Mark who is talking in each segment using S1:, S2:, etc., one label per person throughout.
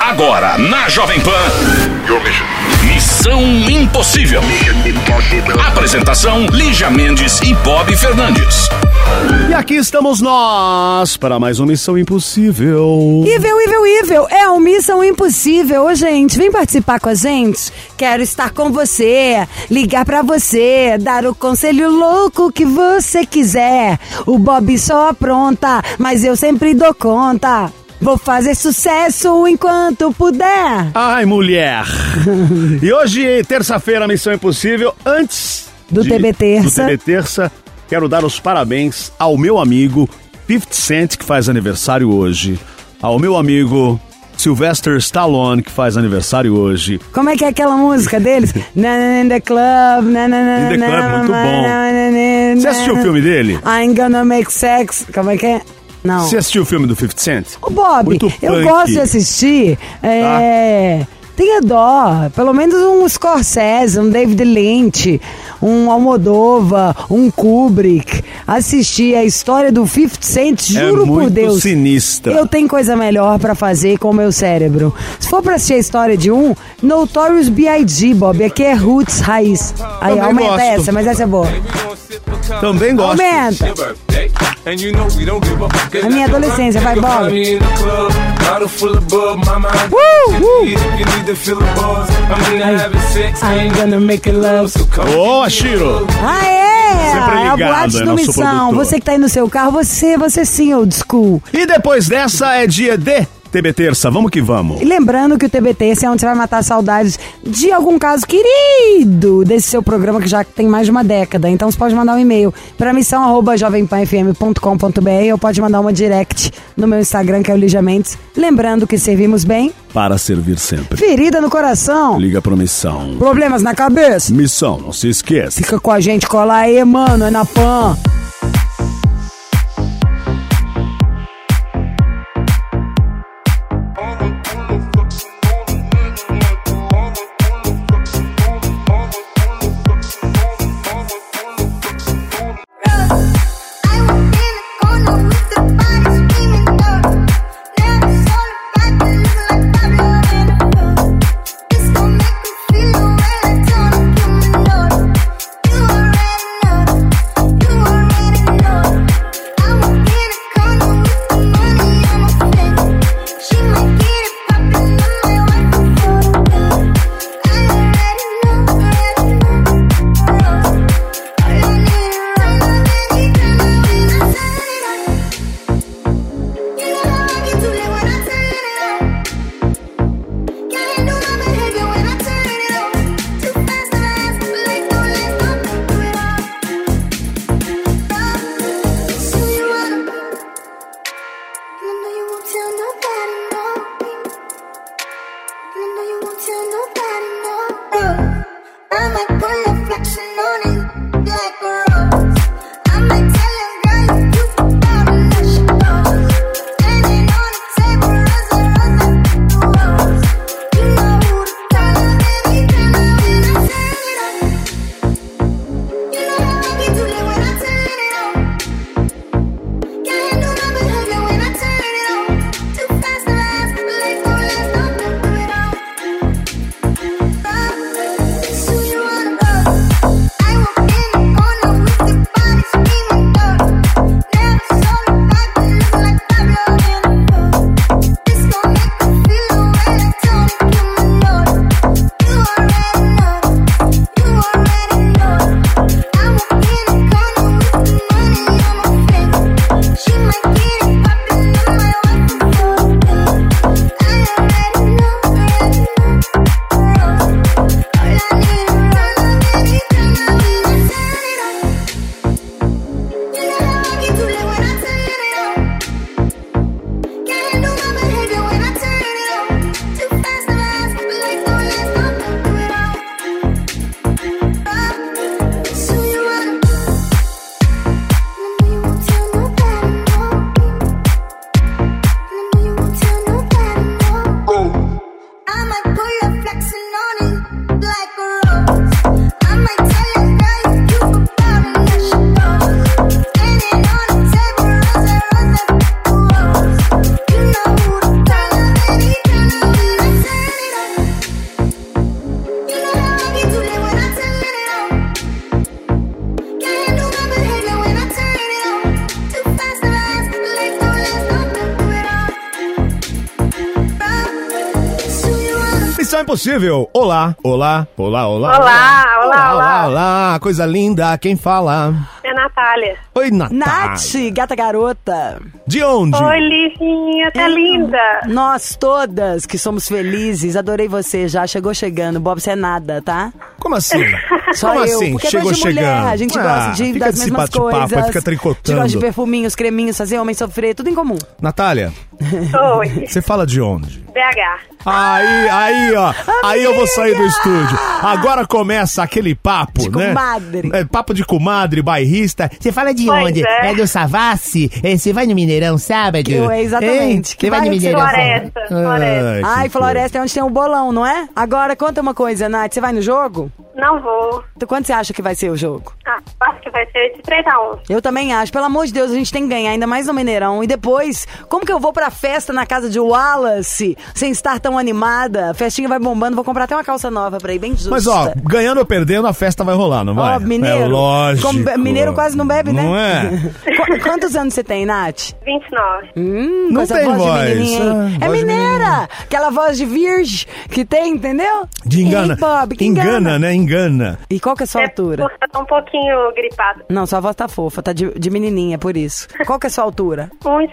S1: Agora, na Jovem Pan. Missão Impossível. Apresentação: Lígia Mendes e Bob Fernandes.
S2: E aqui estamos nós para mais uma Missão Impossível.
S3: Ivel, Ivel, Ivel, é uma missão impossível. Ô, gente, vem participar com a gente. Quero estar com você, ligar pra você, dar o conselho louco que você quiser. O Bob só apronta, mas eu sempre dou conta. Vou fazer sucesso enquanto puder.
S2: Ai, mulher! e hoje, terça-feira, Missão Impossível, antes
S3: Do TB Terça.
S2: do TB Terça, quero dar os parabéns ao meu amigo 50 Cent, que faz aniversário hoje, ao meu amigo Sylvester Stallone, que faz aniversário hoje,
S3: Como é que é aquela música deles? Nanana in the club, nanana.
S2: In the club, muito bom.
S3: bom.
S2: Você assistiu o filme dele?
S3: I'm gonna make sex. Como é que é? Não.
S2: Você assistiu o filme do 50 Cent?
S3: Ô, Bob,
S2: Muito
S3: eu
S2: punk. Tá.
S3: gosto de assistir. É, Tenha dó. Pelo menos um Scorsese, um David Lynch, um Almodova, um Kubrick. Assistir a história do 50 Cent, juro
S2: é muito
S3: por Deus.
S2: sinistra.
S3: Eu tenho coisa melhor pra fazer com o meu cérebro. Se for pra assistir a história de um, Notorious B.I.G., Bob. Aqui é Roots Raiz. Aí,
S2: Também
S3: aumenta
S2: gosto.
S3: essa, mas essa é boa.
S2: Também gosto.
S3: Aumenta.
S4: A
S3: A minha adolescência, vai, Bob. I'm gonna make love.
S2: Boa, Shiro!
S3: Ah, é!
S2: Sempre
S3: é a
S2: ligado,
S3: boate
S2: é
S3: do
S2: nosso
S3: Missão.
S2: produtor.
S3: Você que tá aí no seu carro, você, você sim, old school.
S2: E depois dessa é dia de TB Terça, vamos que vamos.
S3: E lembrando que o TBT esse é onde você vai matar saudades de algum caso querido desse seu programa que já tem mais de uma década. Então você pode mandar um e-mail para missão arroba jovempanfm.com.br ou pode mandar uma direct no meu Instagram, que é o Lígia Mendes. Lembrando que servimos bem,
S2: Para servir sempre.
S3: ferida no coração,
S2: Liga pra missão.
S3: problemas na cabeça.
S2: Missão, não se esqueça.
S3: Fica com a gente, cola aí, mano, é na PAN.
S2: Tá.
S5: I was in the corner with the body screaming no. Now it's all about the living like Pablo and This gon' make me feel the way I told you you know. You already know. You already know. I was in the corner with the money on my face. She might get it poppin', I might wipe it for the girl. I already know, already know, know. Nobody know. I know you won't tell nobody, no. I might put a reflection on it like a rose. I might tell him that you forgot to let you go. Standing on the table as a rose like the rose. You know who to call up any time I when I turn it on. You know how I get to it when I turn it on. Can't handle my behavior when I turn it on. Too fast, I
S2: Missão é Impossível. Olá, olá, olá, olá.
S6: Olá, olá,
S2: olá, olá,
S6: olá.
S2: olá. Coisa linda, quem fala?
S6: É a Natália.
S2: Oi, Natália.
S3: Nath, gata garota.
S2: De onde?
S6: Oi, Livinha, tá linda.
S3: Nós todas que somos felizes, adorei você já, chegou chegando. Bob, você é nada, tá?
S2: Como assim?
S3: Só
S2: Como
S3: eu,
S2: assim?
S3: porque é
S2: Chegou
S3: coisa de
S2: chegando.
S3: mulher, a gente
S2: Ah,
S3: gosta de,
S2: fica
S3: das
S2: desse
S3: mesmas
S2: bate-papo, aí
S3: coisas.
S2: fica
S3: A gente gosta de
S2: tricotando.
S3: perfuminhos, creminhos, fazer homem sofrer, tudo em comum.
S2: Natália,
S6: Oi,
S2: você fala de onde?
S6: BH.
S2: Aí, aí, ó. Aí eu vou sair do estúdio. Agora começa aquele papo,
S3: De
S2: né?
S3: comadre.
S2: É, papo de comadre, bairrista. Você fala de
S6: Pois
S2: onde?
S6: é.
S2: É do Savassi? É, Você vai no Mineirão sábado?
S3: Eu, é, exatamente.
S2: Hein?
S3: Que
S2: Você vai no
S3: bairro que você
S2: Mineirão sábado?
S3: É.
S6: Floresta, floresta.
S2: que
S3: Ai,
S2: coisa.
S3: Floresta é onde tem um bolão, não é? Agora, conta uma coisa, Nath, você vai no jogo?
S6: Não vou.
S3: Tu- Quanto você acha que vai ser o jogo?
S6: Ah, acho que vai ser de 3 a 1.
S3: Eu também acho. Pelo amor de Deus, a gente tem que ganhar, ainda mais no Mineirão. E depois, como que eu vou pra festa na casa de Wallace sem estar tão animada? A festinha vai bombando, vou comprar até uma calça nova pra ir, bem justa.
S2: Mas ó, ganhando ou perdendo, a festa vai rolar, não vai?
S3: Ó, mineiro.
S2: É lógico.
S3: Como be- mineiro quase não bebe, né?
S2: Não é?
S3: Qu- quantos anos você tem, Nath?
S6: 29.
S3: Hum,
S2: Não
S3: com essa
S2: tem
S3: voz,
S2: voz.
S3: de menininha, hein?
S2: Ah,
S3: é
S2: voz de
S3: mineira! Aquela voz de virgem que tem, entendeu?
S2: De engana.
S3: Ei, Bob, que
S2: engana, né? Engana.
S3: E qual que é a sua altura?
S6: É, porque eu tô um pouquinho gripada.
S3: Não, sua voz tá fofa, tá de, de menininha, por isso. Qual que é a sua altura?
S6: 1,69.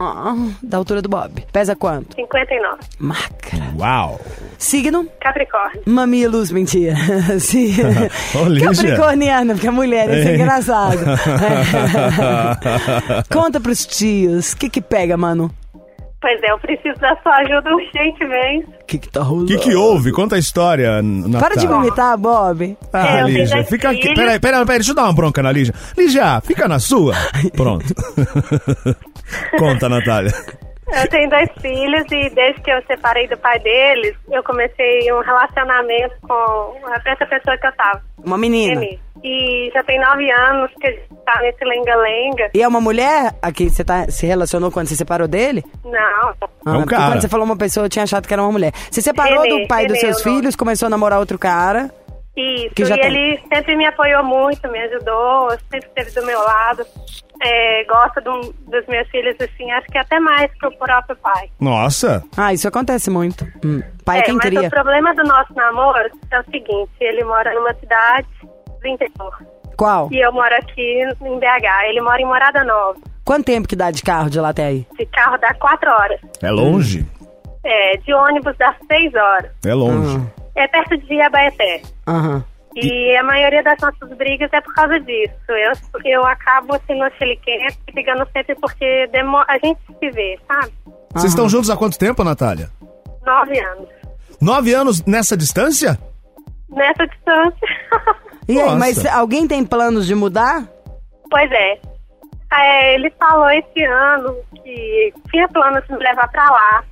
S3: Ah, da altura do Bob. Pesa quanto?
S6: 59.
S3: Macra.
S2: Uau.
S3: Signo?
S6: Capricórnio.
S3: Mamilos, mentira. Sim.
S2: Ô, Lígia.
S3: Capricorniano, porque é mulher, isso é
S2: Ei.
S3: engraçado. Conta pros tios, o que que pega, mano?
S6: Pois é, eu preciso da sua ajuda urgentemente.
S3: O que que tá rolando?
S2: O que, que houve? Conta a história, Natália.
S3: Para de me imitar, Bob.
S2: Ah,
S6: Eu tenho
S2: Lígia,
S6: dois
S2: fica aqui.
S6: filhos.
S2: Peraí, peraí, peraí, deixa eu dar uma bronca na Lígia. Lígia, fica na sua. Pronto. Conta, Natália.
S6: Eu tenho dois filhos e desde que eu separei do pai deles, eu comecei um relacionamento com essa pessoa que eu tava.
S3: Uma menina.
S6: Remy. E já tem nove anos que a gente tá nesse lenga-lenga.
S3: E é uma mulher a que você tá, se relacionou quando você separou dele? Ah,
S6: Não,
S2: É um
S3: porque
S2: cara.
S3: quando você falou uma pessoa, eu tinha achado que era uma mulher. Você separou
S6: Renê,
S3: do pai dos
S6: Renê,
S3: seus
S6: é o nome.
S3: filhos, começou a namorar outro cara.
S6: Isso,
S3: Que já
S6: e
S3: tem.
S6: ele sempre me apoiou muito, me ajudou, sempre esteve do meu lado. É, gosta do- dos meus filhos, assim, acho que até mais que o próprio pai.
S2: Nossa.
S3: Ah, isso acontece muito. Hum, Pai é, quem
S6: mas
S3: cria.
S6: o problema do nosso namoro é o seguinte, ele mora numa cidade do interior
S3: Qual?
S6: e eu moro aqui em BH. Ele mora em Morada Nova.
S3: Quanto tempo que dá de carro de lá até aí?
S6: De carro dá quatro horas.
S2: É longe.
S6: É, de ônibus dá seis horas.
S2: É longe.
S6: É perto de Abaeté.
S3: Aham.
S6: E a maioria das nossas brigas é por causa disso. Eu, eu acabo sendo a chiliquenta e brigando sempre porque demo- a gente se vê, sabe?
S2: Vocês
S6: Ah.
S2: estão juntos há quanto tempo, Natália?
S6: Nove anos.
S2: Nove anos nessa distância?
S6: Nessa distância.
S3: E aí,
S2: Nossa.
S3: mas alguém tem planos de mudar?
S6: pois é. É, Ele falou esse ano que tinha plano de me levar pra lá.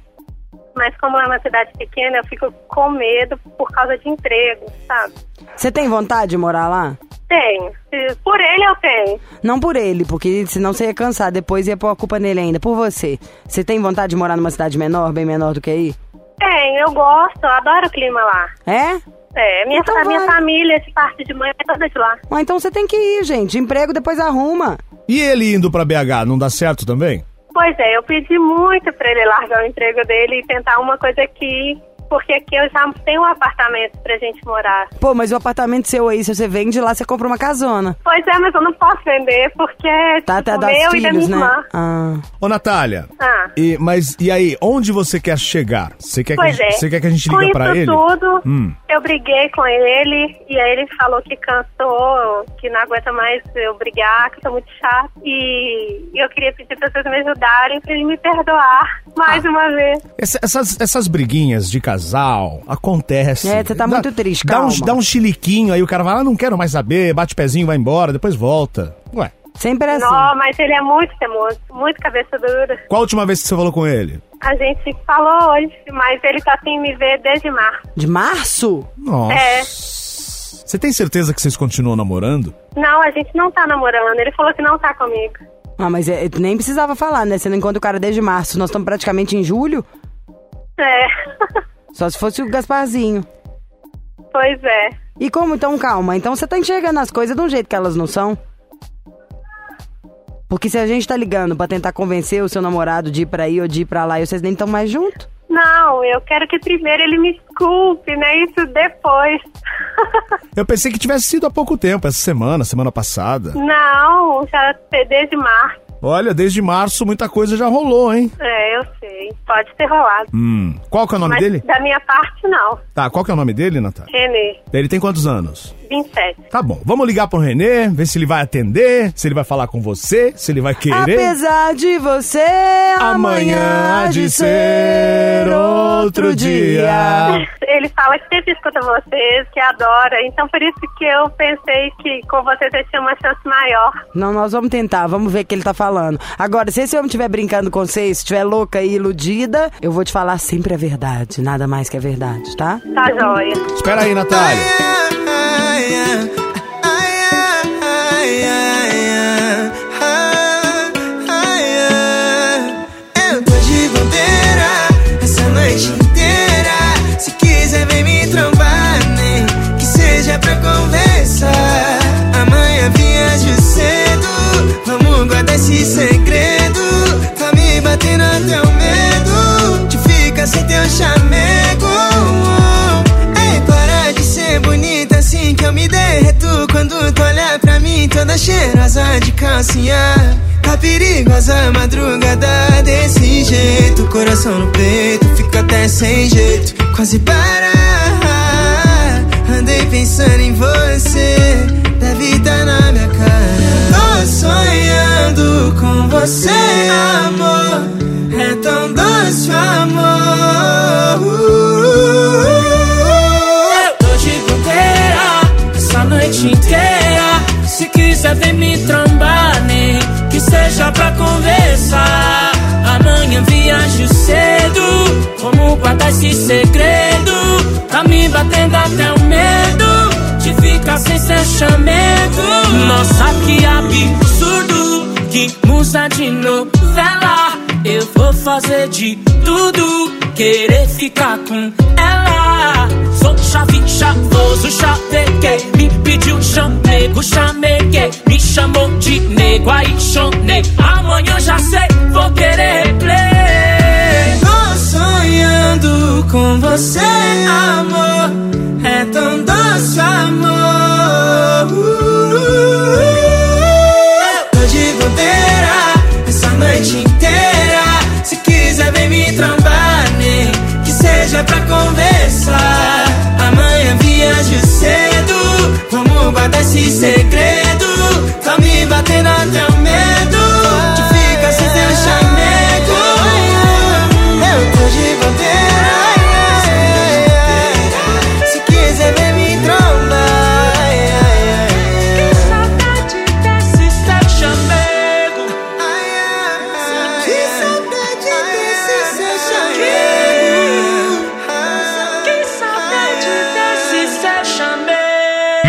S6: Mas como é uma cidade pequena, eu fico com medo por causa de emprego, sabe?
S3: Você tem vontade de morar lá?
S6: Tenho. Se- Por ele eu tenho.
S3: Não por ele, porque senão você ia cansar, depois ia pôr a culpa nele ainda. Por você. Você tem vontade de morar numa cidade menor, bem menor do que aí?
S6: Tenho, eu gosto, eu adoro o clima lá.
S3: É?
S6: É, minha,
S3: Então
S6: a minha
S3: vai.
S6: família, de parte de mãe, é toda de lá.
S3: Ou então você tem que ir, gente. Emprego depois arruma.
S2: E ele indo pra BH, não dá certo também?
S6: Pois é, eu pedi muito pra ele largar o emprego dele e tentar uma coisa aqui, porque aqui eu já tenho um apartamento pra gente morar.
S3: Pô, mas o apartamento seu aí, se você vende lá, você compra uma casona.
S6: Pois é, mas eu não posso vender porque é
S3: Tá, tá
S6: tipo,
S3: das
S6: meu e da minha
S3: filhos, né?
S6: irmã.
S3: Ah.
S2: Ô, Natália.
S6: Ah.
S2: E, mas e aí, onde você quer chegar? Você quer, que a
S6: Pois é.
S2: gente- você quer que a gente
S6: com
S2: liga
S6: isso
S2: pra ele?
S6: tudo,
S2: Hum.
S6: eu briguei com ele e aí ele falou que cansou, que não aguenta mais eu brigar, que eu tô muito chata. E eu queria pedir pra vocês me ajudarem pra ele me perdoar mais
S2: Ah.
S6: uma vez.
S2: Essa- essas, essas briguinhas de casal acontecem.
S3: É, você tá muito triste,
S2: dá um,
S3: calma.
S2: dá um chiliquinho aí, o cara fala, ah, não quero mais saber, bate o pezinho, vai embora, depois volta. Ué,
S3: Sempre é assim.
S6: Não, mas ele é muito teimoso, muito cabeça dura.
S2: qual a última vez que você falou com ele?
S6: A gente falou hoje, mas ele tá sem me ver desde março.
S3: De março?
S2: Nossa.
S6: É.
S2: Você tem certeza que vocês continuam namorando?
S6: Não, a gente não tá namorando. Ele falou que não tá comigo.
S3: Ah, mas é- nem precisava falar, né? Você não encontra o cara desde março. Nós estamos praticamente em julho.
S6: É,
S3: Só se fosse o Gasparzinho.
S6: pois é.
S3: E como? Então calma. Então você tá enxergando as coisas de um jeito que elas não são? Porque se a gente tá ligando pra tentar convencer o seu namorado de ir pra aí ou de ir pra lá e vocês nem estão mais juntos?
S6: Não, eu quero que primeiro ele me desculpe, né? Isso depois.
S2: Eu pensei que tivesse sido há pouco tempo, essa semana, semana passada.
S6: Não, já é desde março.
S2: Olha, desde março muita coisa já rolou, hein?
S6: É, eu sei. Pode ter rolado.
S2: Hum. Qual que é o nome
S6: Mas
S2: dele?
S6: da minha parte, não.
S2: Tá, qual que é o nome dele, Natália?
S6: Renê,
S2: Ele tem quantos anos?
S6: 27.
S2: Tá bom, vamos ligar pro Renê, ver se ele vai atender, se ele vai falar com você, se ele vai
S3: Ah,
S2: querer.
S3: Apesar de você amanhã há de ser outro dia.
S6: Ele fala que sempre escuta vocês, que adora. Então, por isso que eu pensei que com vocês eu tinha uma chance maior.
S3: Não, nós vamos tentar, vamos ver o que ele tá falando. Agora, se esse homem estiver brincando com você, se estiver louca e iludida, eu vou te falar sempre a verdade, nada mais que a verdade, tá?
S6: Tá joia.
S2: Espera aí, Natália.
S7: Eu tô de bandeira essa noite inteira. Se quiser, vem me trombar, nem que seja pra conversar. Amanhã viajo cedo, vamos guardar esse segredo. Tá me batendo até o medo de ficar sem teu chamego. Ei, para de ser bonita assim que eu me derreto quando tu olha pra mim toda cheirosa de calcinha. Tá perigosa a madrugada desse jeito, coração no peito, fico até sem jeito, quase parar. Andei pensando em você, deve tá na minha cara. Tô sonhando com você, amor. É tão doce o amor. Uh, Eu tô de bandeira essa noite inteira. Se quiser, vem me trombar, né? nem que seja pra conversar. Amanhã viajo cedo, como guardar esse segredo? Tá me batendo até o medo de ficar sem seu chamego. Nossa, que absurdo, que musa de novela. Eu vou fazer de tudo, querer ficar com ela. Sou chave, chavoso, chavequei. Me pediu chamego, chameguei. Me chamou de nego, aí chonei. Amanhã já sei, vou querer replay. Tô sonhando com você, amor. É tão doce Uh, o amor. Eu uh, tô de bandeira essa noite inteira. Se quiser, vem me trombar, nem que seja pra conversar. Amanhã viajo cedo, vamos guardar esse segredo. Tá me batendo até o medo de ficar sem teu chamego. Eu tô de bandeira. Se quiser, vem me trombar.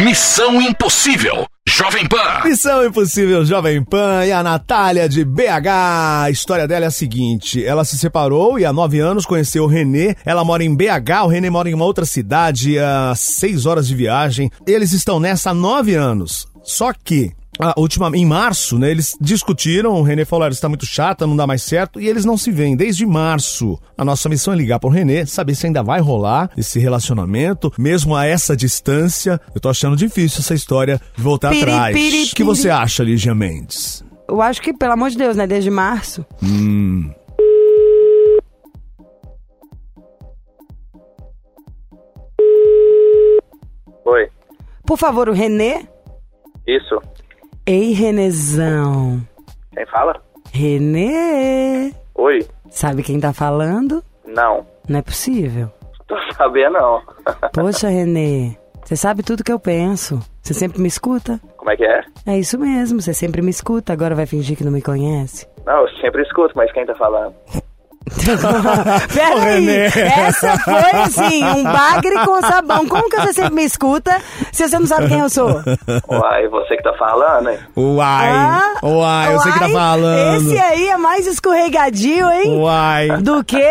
S1: Missão Impossível. Jovem Pan.
S2: Missão Impossível Jovem Pan e a Natália de BH. A história dela é a seguinte: ela se separou e há nove anos conheceu o Renê. Ela mora em BH, o Renê mora em uma outra cidade, a seis horas de viagem. Eles estão nessa há nove anos. Só que. ah, ultima- em março, né? Eles discutiram. O Renê falou: "Olha, isso tá muito chata, não dá mais certo. E eles não se veem desde março. A nossa missão é ligar pro Renê, saber se ainda vai rolar esse relacionamento, mesmo a essa distância. Eu tô achando difícil essa história de voltar
S3: Piri,
S2: Tá atrás.
S3: piri,
S2: O que
S3: piri.
S2: você acha, Lígia Mendes?
S3: Eu acho que, pelo amor de Deus, né? Desde março.
S8: Oi,
S3: Por favor, o Renê.
S8: isso?
S3: Ei, Renezão.
S8: Quem fala?
S3: Renê.
S8: Oi,
S3: Sabe quem tá falando?
S8: não.
S3: Não é possível.
S8: Tô sabendo não.
S3: Poxa, Renê. Você sabe tudo que eu penso. Você sempre me escuta?
S8: Como é que é?
S3: É isso mesmo, você sempre me escuta, agora vai fingir que não me conhece.
S8: Não, eu sempre escuto, mas quem tá falando?
S2: Ô,
S3: Peraí,
S2: Renê.
S3: essa foi assim, um bagre com sabão. Como que você sempre me escuta se você não sabe quem eu sou?
S8: Uai, você que tá falando, hein?
S2: Uai,
S3: Ah,
S2: uai, eu sei que tá
S3: uai,
S2: falando.
S3: Esse aí é mais escorregadio, hein?
S2: Uai.
S3: Do que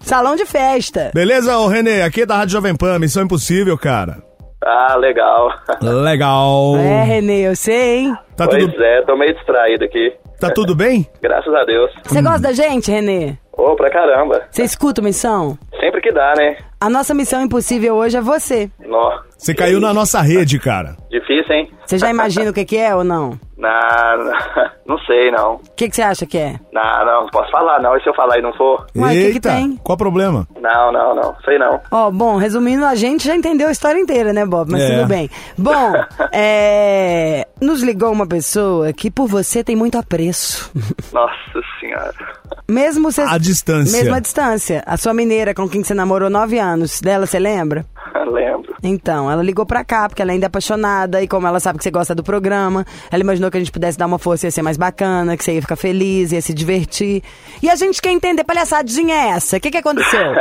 S3: salão de festa.
S2: Beleza, ô Renê, aqui é da Rádio Jovem Pan, Missão Impossível, cara.
S8: Ah, legal.
S2: Legal.
S3: É, Renê, eu sei, hein?
S2: Tá,
S8: pois
S2: tudo,
S8: é, tô meio distraído aqui.
S3: é.
S2: tá tudo bem?
S8: Graças a Deus.
S2: Hum.
S3: Você gosta da gente, Renê?
S8: Ô, pra caramba.
S3: Você escuta o Missão?
S8: Sempre que dá, né?
S3: A nossa missão impossível hoje é você.
S8: Nó.
S2: Você caiu na nossa rede, cara.
S8: Difícil, hein?
S3: Você já imagina o que, que é ou não?
S8: Na... Não sei, não.
S3: O que, que você acha que é?
S8: Na... Não, não posso falar, não. E se eu falar e não for?
S3: Uai, o que que
S2: Eita,
S3: tem?
S2: qual o problema?
S8: Não, não, não. Sei não.
S3: Ó, bom, resumindo, a gente já entendeu a história inteira, né, Bob? Mas
S2: É.
S3: tudo bem. Bom, é, nos ligou uma pessoa que por você tem muito apreço.
S8: Nossa senhora.
S3: Mesmo você.
S2: À distância.
S3: Mesmo à distância. A sua mineira com quem você namorou nove anos, dela, você lembra?
S8: Lembro.
S3: Então, ela ligou pra cá, porque ela ainda é apaixonada, e como ela sabe que você gosta do programa, ela imaginou que a gente pudesse dar uma força, ia ser mais bacana, que você ia ficar feliz, ia se divertir. E a gente quer entender, palhaçadinha é essa? O que, que aconteceu?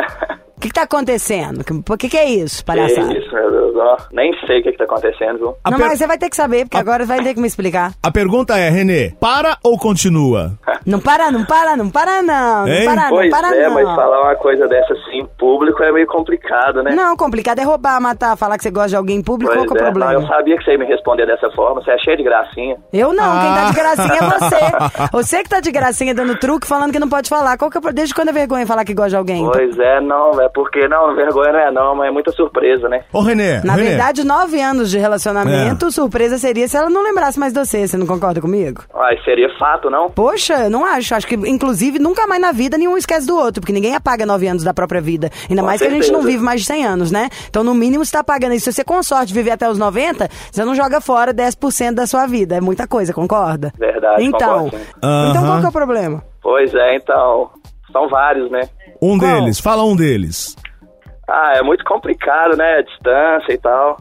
S3: O que, que tá acontecendo? O que, que é isso, palhaçada?
S8: Que isso, meu Deus. Ó, nem sei o que, que tá acontecendo, viu?
S2: A
S3: Não,
S2: per-
S3: mas você vai ter que saber, porque agora vai ter que me explicar.
S2: A pergunta é, Renê, para ou continua?
S3: Não para, não para, não para, não. Não
S2: Hein?
S3: para, não
S8: pois
S3: para,
S8: é,
S3: não.
S8: mas falar uma coisa dessa assim em público é meio complicado, né?
S3: Não, complicado é roubar, matar, falar que você gosta de alguém em público,
S8: Pois
S3: qual que é o
S8: é, mas eu
S3: problema?
S8: sabia que você ia me responder dessa forma. Você é cheio de gracinha.
S3: Eu não, quem tá de
S2: Ah.
S3: gracinha é você. Você que tá de gracinha dando truque, falando que não pode falar. Qual que é o pro- Desde quando é vergonha falar que gosta de alguém?
S8: Pois é, não, é porque não, vergonha não é não, mas é muita surpresa, né?
S2: Ô, Renê,
S3: Na
S2: Renê, É.
S3: verdade, nove anos de relacionamento, surpresa seria se ela não lembrasse mais de você. Você não concorda comigo?
S8: Ai, seria fato, não?
S3: Poxa, eu não acho. Acho que, inclusive, nunca mais na vida nenhum esquece do outro, porque ninguém apaga nove anos da própria vida. Ainda
S8: Com
S3: mais que a gente não
S8: certeza.
S3: vive mais de 100 anos, né? Então, no mínimo, você tá pagando isso. Se você, com sorte, viver até os 90, você não joga fora 10% da sua vida. É muita coisa, concorda?
S8: Verdade,
S3: Então,
S8: concordo, sim.
S3: então
S2: Aham.
S3: qual que é o problema?
S8: Pois é, então. São vários, né?
S2: um
S3: qual?
S2: deles, fala um deles.
S8: Ah, é muito complicado, né? A distância e tal.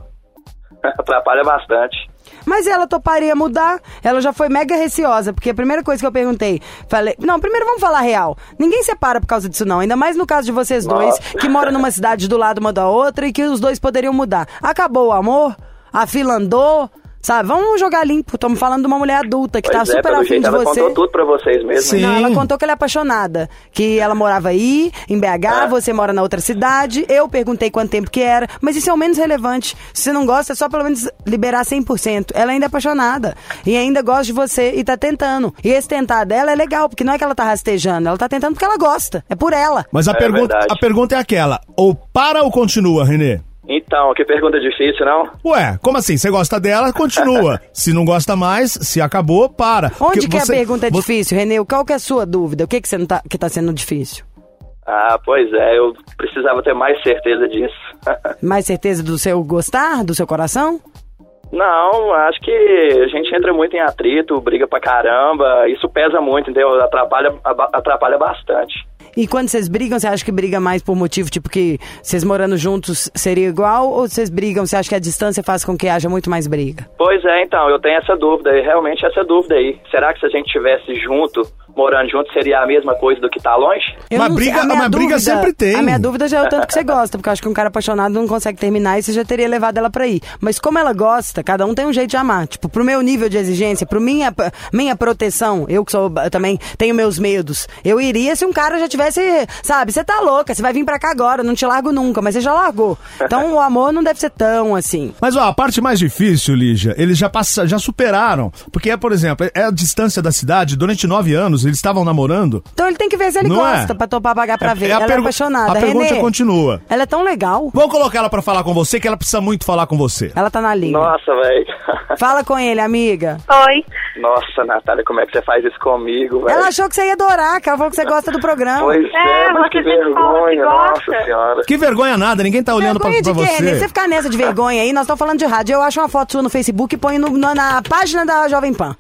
S8: Atrapalha bastante.
S3: Mas ela toparia mudar. Ela já foi mega receosa, porque a primeira coisa que eu perguntei, falei, não, primeiro vamos falar real. Ninguém separa por causa disso não, ainda mais no caso de vocês dois,
S8: Nossa.
S3: que moram numa cidade do lado uma da outra e que os dois poderiam mudar. Acabou o amor, a fila andou, sabe? Vamos jogar limpo. Estamos falando de uma mulher adulta que
S8: Pois
S3: tá
S8: é,
S3: super
S8: pelo
S3: afim
S8: jeito
S3: de
S8: ela
S3: você.
S8: contou tudo pra vocês mesmo.
S2: Sim.
S8: né?
S3: Não, ela contou que ela é apaixonada, que ela morava aí, em BH,
S2: Ah.
S3: você mora na outra cidade. Eu perguntei quanto tempo que era, mas isso é o menos relevante. Se você não gosta, é só pelo menos liberar 100%. Ela ainda é apaixonada e ainda gosta de você e tá tentando. E esse tentar dela é legal, porque não é que ela tá rastejando, ela tá tentando porque ela gosta, é por ela.
S2: Mas a,
S8: É
S2: pergunta,
S8: verdade.
S2: a pergunta é aquela, ou para ou continua, Renê?
S8: Então, que pergunta difícil, não?
S2: Ué, como assim? Você gosta dela, continua. se não gosta mais, se acabou, para.
S3: Onde
S2: Porque
S3: que
S2: você-
S3: a pergunta é
S2: vo-
S3: difícil, Renê? Qual que é a sua dúvida? O que que, você não tá, que tá sendo difícil?
S8: Ah, pois é, eu precisava ter mais certeza disso.
S3: Mais certeza do seu gostar, do seu coração?
S8: Não, acho que a gente entra muito em atrito, briga pra caramba, isso pesa muito, entendeu? Atrapalha, aba- atrapalha bastante.
S3: E quando vocês brigam, você acha que briga mais por motivo, tipo, que vocês morando juntos seria igual? Ou vocês brigam, você acha que a distância faz com que haja muito mais briga?
S8: Pois é, então, eu tenho essa dúvida, e realmente essa dúvida aí. Será que se a gente tivesse junto, morando junto, seria a mesma coisa do que tá longe?
S2: Mas
S3: não-
S2: briga-
S3: a minha
S2: mas briga sempre tem.
S3: A minha dúvida já é o tanto que você gosta, porque eu acho que um cara apaixonado não consegue terminar e você já teria levado ela pra ir. Mas como ela gosta, cada um tem um jeito de amar. Tipo, pro meu nível de exigência, pro minha, minha proteção, eu que sou eu também tenho meus medos. Eu iria se um cara já tivesse, sabe, você tá louca, você vai vir pra cá agora, eu não te largo nunca, mas você já largou. Então o amor não deve ser tão assim.
S2: Mas ó, a parte mais difícil, Lígia, eles já passa, já superaram. Porque é, por exemplo, é a distância da cidade, durante nove anos, eles estavam namorando.
S3: Então ele tem que ver se ele
S2: Não é?
S3: gosta pra topar pagar pra
S2: É-
S3: ver.
S2: é a
S3: ela é
S2: pergu-
S3: apaixonada.
S2: a pergunta
S3: Renê,
S2: continua.
S3: Ela é tão legal.
S2: Vou colocar ela pra falar com você, que ela precisa muito falar com você.
S3: Ela tá na linha.
S8: Nossa, velho.
S3: Fala com ele, amiga.
S6: Oi.
S8: Nossa, Natália, como é que você faz isso comigo, velho?
S3: Ela achou que você ia adorar, que ela falou que você gosta do programa.
S8: Pois é,
S6: É,
S8: mas
S6: você
S8: que
S6: sempre fala que
S8: vergonha,
S6: gosta.
S8: nossa senhora.
S2: Que vergonha nada, ninguém tá olhando pra,
S3: vergonha
S2: pra
S3: de quê? Renê?
S2: você.
S3: É Você ficar nessa de vergonha aí, nós estamos falando de rádio. Eu acho uma foto sua no Facebook e ponho no- na, na página da Jovem Pan.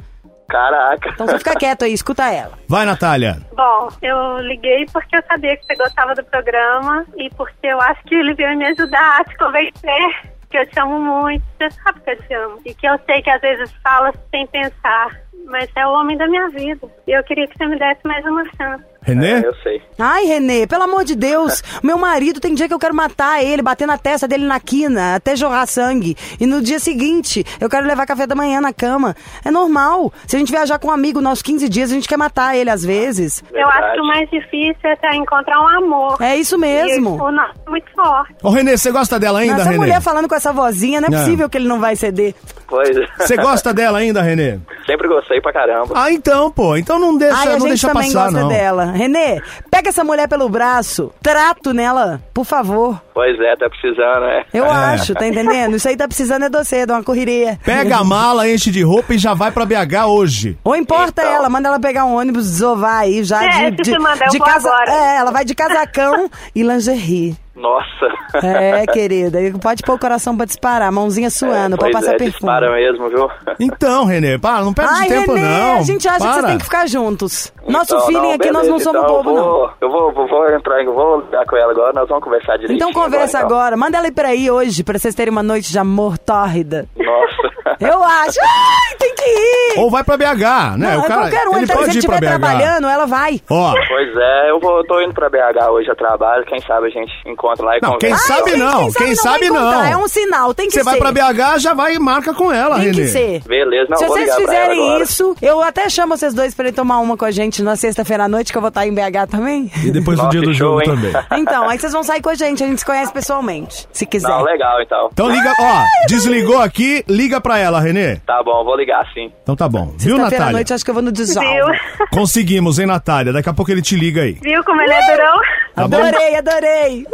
S8: Caraca.
S3: Então você fica quieto aí, escuta ela.
S2: Vai, Natália.
S6: Bom, eu liguei porque eu sabia que você gostava do programa e porque eu acho que ele veio me ajudar a te convencer que eu te amo muito. Você sabe que eu te amo. E que eu sei que às vezes fala sem pensar, mas é o homem da minha vida. E eu queria que você me desse mais uma chance.
S2: Renê?
S8: É, eu sei.
S3: Ai, Renê, pelo amor de Deus, meu marido tem dia que eu quero matar ele, bater na testa dele na quina, até jorrar sangue. E no dia seguinte, eu quero levar café da manhã na cama. É normal. Se a gente viajar com um amigo nosso 15 dias, a gente quer matar ele às vezes.
S6: Eu
S8: Verdade.
S6: acho que o mais difícil é até encontrar um amor.
S3: É isso mesmo.
S6: E o nosso é muito forte.
S2: Ô, Renê, você gosta dela ainda,
S3: Essa
S2: Renê?
S3: mulher falando com essa vozinha, não é
S2: É.
S3: possível que ele não vai ceder.
S8: Pois é.
S2: Você gosta dela ainda, Renê?
S8: Sempre gostei pra caramba.
S2: Ah, então, pô. Então não deixa,
S3: Ai, a
S2: não
S3: gente
S2: deixa
S3: também
S2: passar,
S3: gosta
S2: não.
S3: dela. Renê, pega essa mulher pelo braço, trato nela, por favor.
S8: Pois é, tá precisando, né?
S3: Eu
S2: É.
S3: acho, tá entendendo? Isso aí tá precisando é doce, de uma correria.
S2: Pega a mala, enche de roupa e já vai pra BH hoje.
S3: Ou importa
S8: Então.
S3: ela, manda ela pegar um ônibus, desovar aí já
S6: É,
S3: de,
S6: se
S3: de,
S6: você mandar, eu
S3: de
S6: vou agora.
S3: É, ela vai de casacão e lingerie.
S8: Nossa.
S3: É, querida, e pode pôr o coração pra disparar, mãozinha suando,
S8: É,
S3: pode
S8: pois
S3: passar
S8: é,
S3: perfume.
S8: dispara mesmo, viu?
S2: Então, Renê, para, não perde
S3: Ai,
S2: tempo
S3: Renê,
S2: não.
S3: a gente acha que vocês
S2: Para.
S3: têm que ficar juntos. Nosso
S8: Então,
S3: feeling
S8: não,
S3: aqui, nós
S8: beleza,
S3: não somos
S8: então, eu
S3: bobo, não.
S8: vou- Eu vou, vou, vou entrar, eu vou dar com ela agora, nós vamos conversar direitinho.
S3: Então conversa
S8: então.
S3: agora, manda ela ir pra aí hoje, pra vocês terem uma noite de amor tórrida.
S8: Nossa.
S3: Eu acho. Ai, tem que ir!
S2: Ou vai pra BH, né?
S3: Não,
S2: o cara,
S3: qualquer um,
S2: ele
S3: então, se
S2: pode
S3: ele
S2: ir pra
S3: estiver
S2: BH.
S3: trabalhando, ela vai.
S2: Ó,
S8: Pois é, eu vou, tô indo pra BH hoje a trabalho, quem sabe a gente encontra lá e
S2: Não, quem
S8: conversa.
S2: sabe-
S3: gente,
S2: não, quem sabe
S3: vai
S2: não.
S3: encontrar, É um sinal, tem que
S2: você
S3: ser.
S2: vai pra BH, já vai e marca com ela,
S3: Tem
S2: Renê.
S3: que ser.
S8: Beleza, não,
S3: Se
S8: vou
S3: vocês
S8: ligar pra ela
S3: fizerem
S8: agora.
S3: isso, eu até chamo vocês dois pra ir tomar uma com a gente na sexta-feira à noite, que eu vou estar em BH também.
S2: E depois do
S8: Nossa,
S2: dia do
S8: que
S2: jogo
S8: show, hein?
S2: também.
S3: Então, aí vocês vão sair com a gente, a gente se conhece pessoalmente, se quiser.
S8: Não, legal então.
S2: Então liga, ó, desligou aqui, liga pra ela, Renê.
S8: Tá bom, vou ligar sim.
S2: Então tá bom. Viu,
S3: Sexta-feira à
S2: Natália?
S3: noite, acho que eu vou no Dissolve.
S6: Viu?
S2: Conseguimos, hein, Natália? Daqui a pouco ele te liga aí.
S6: Viu como ele é durão?
S2: Tá bom?
S3: adorei, adorei.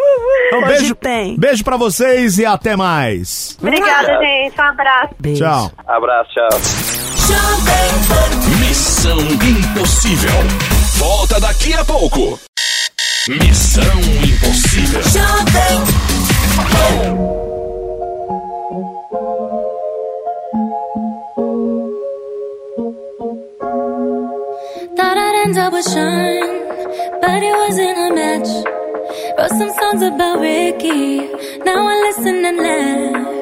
S2: Então,
S3: Hoje
S2: beijo,
S3: tem.
S2: beijo pra vocês e até mais.
S6: Obrigada, gente. Um abraço.
S3: Beijo.
S2: Tchau.
S8: Abraço, tchau.
S1: Missão Impossível. Volta daqui a pouco. Missão Impossível.
S5: Thought I'd end up with Sean, but it wasn't a match. Wrote some songs about Ricky, now I listen and laugh.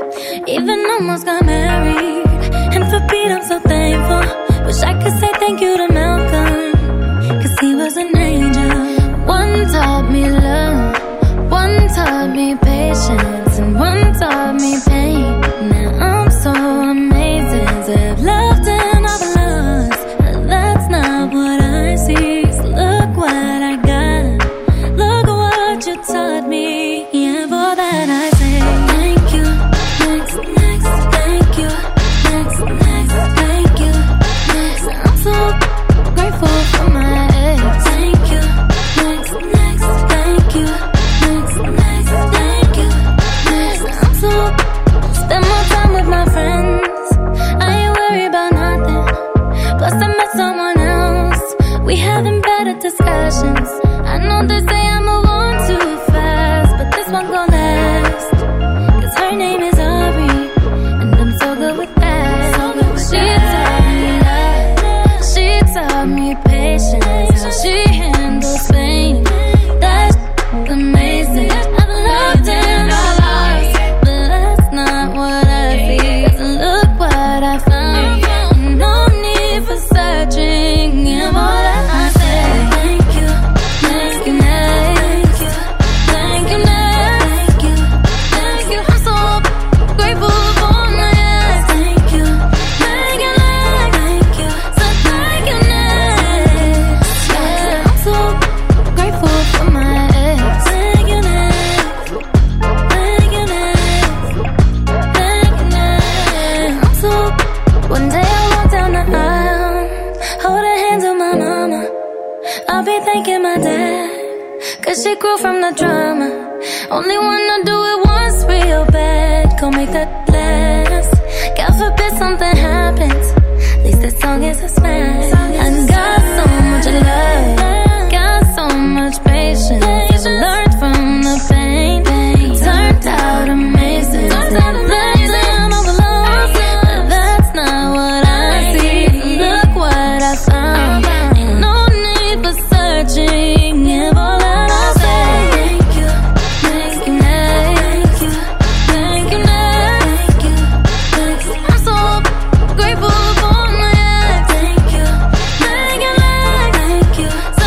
S5: Even almost got married, and for Pete I'm so thankful. Wish I could say thank you to Malcolm, cause he was an angel. One taught me love, one taught me patience, and one taught me pain. Now I'm so amazing, to have loved and I've lost. That's not what I see. So look what I got. Look what you taught me. Yeah, for that I say thank you. Next, next, thank you. Next, next, thank you. Next, I'm so grateful for my ex. Thank you. Next, next, thank you. Next, next, thank you. Next, I'm so. Spend more time with my friends. I ain't worried about nothing. Plus, I met someone else. We having better discussions. I know they say I move on too fast, but this one gon' last. Cause her name is Aubrey, and I'm so good with that. she taught me love, she taught me patience, how she handles pain. That's amazing. I've loved and I lost, but that's not what I see. Look what I found. No need for searching. And all that I say, thank you, thank you, thank you, thank you, thank you, thank you. I'm so grateful for my ass. Thank you, thank you, thank you, so thank you, yeah. I'm so grateful for my ex. Thank you, thank you, thank you. I'm so One day I walk down the aisle, hold the hands of my mama. I'll be thanking my dad, cause she grew from the drama. Only wanna do it once real bad, go make that last. God forbid something happens, at least the song is a smash. I got so much love, got so much patience. I learned from the pain, it turned out amazing. Blessed I'm all alone, but that's not what I see. Look what I found. Ain't no need for searching. If all that I say, thank you, thank you, thank you, thank you, thank you, thank you. I'm so grateful for my ex. Thank you, thank you, thank you, so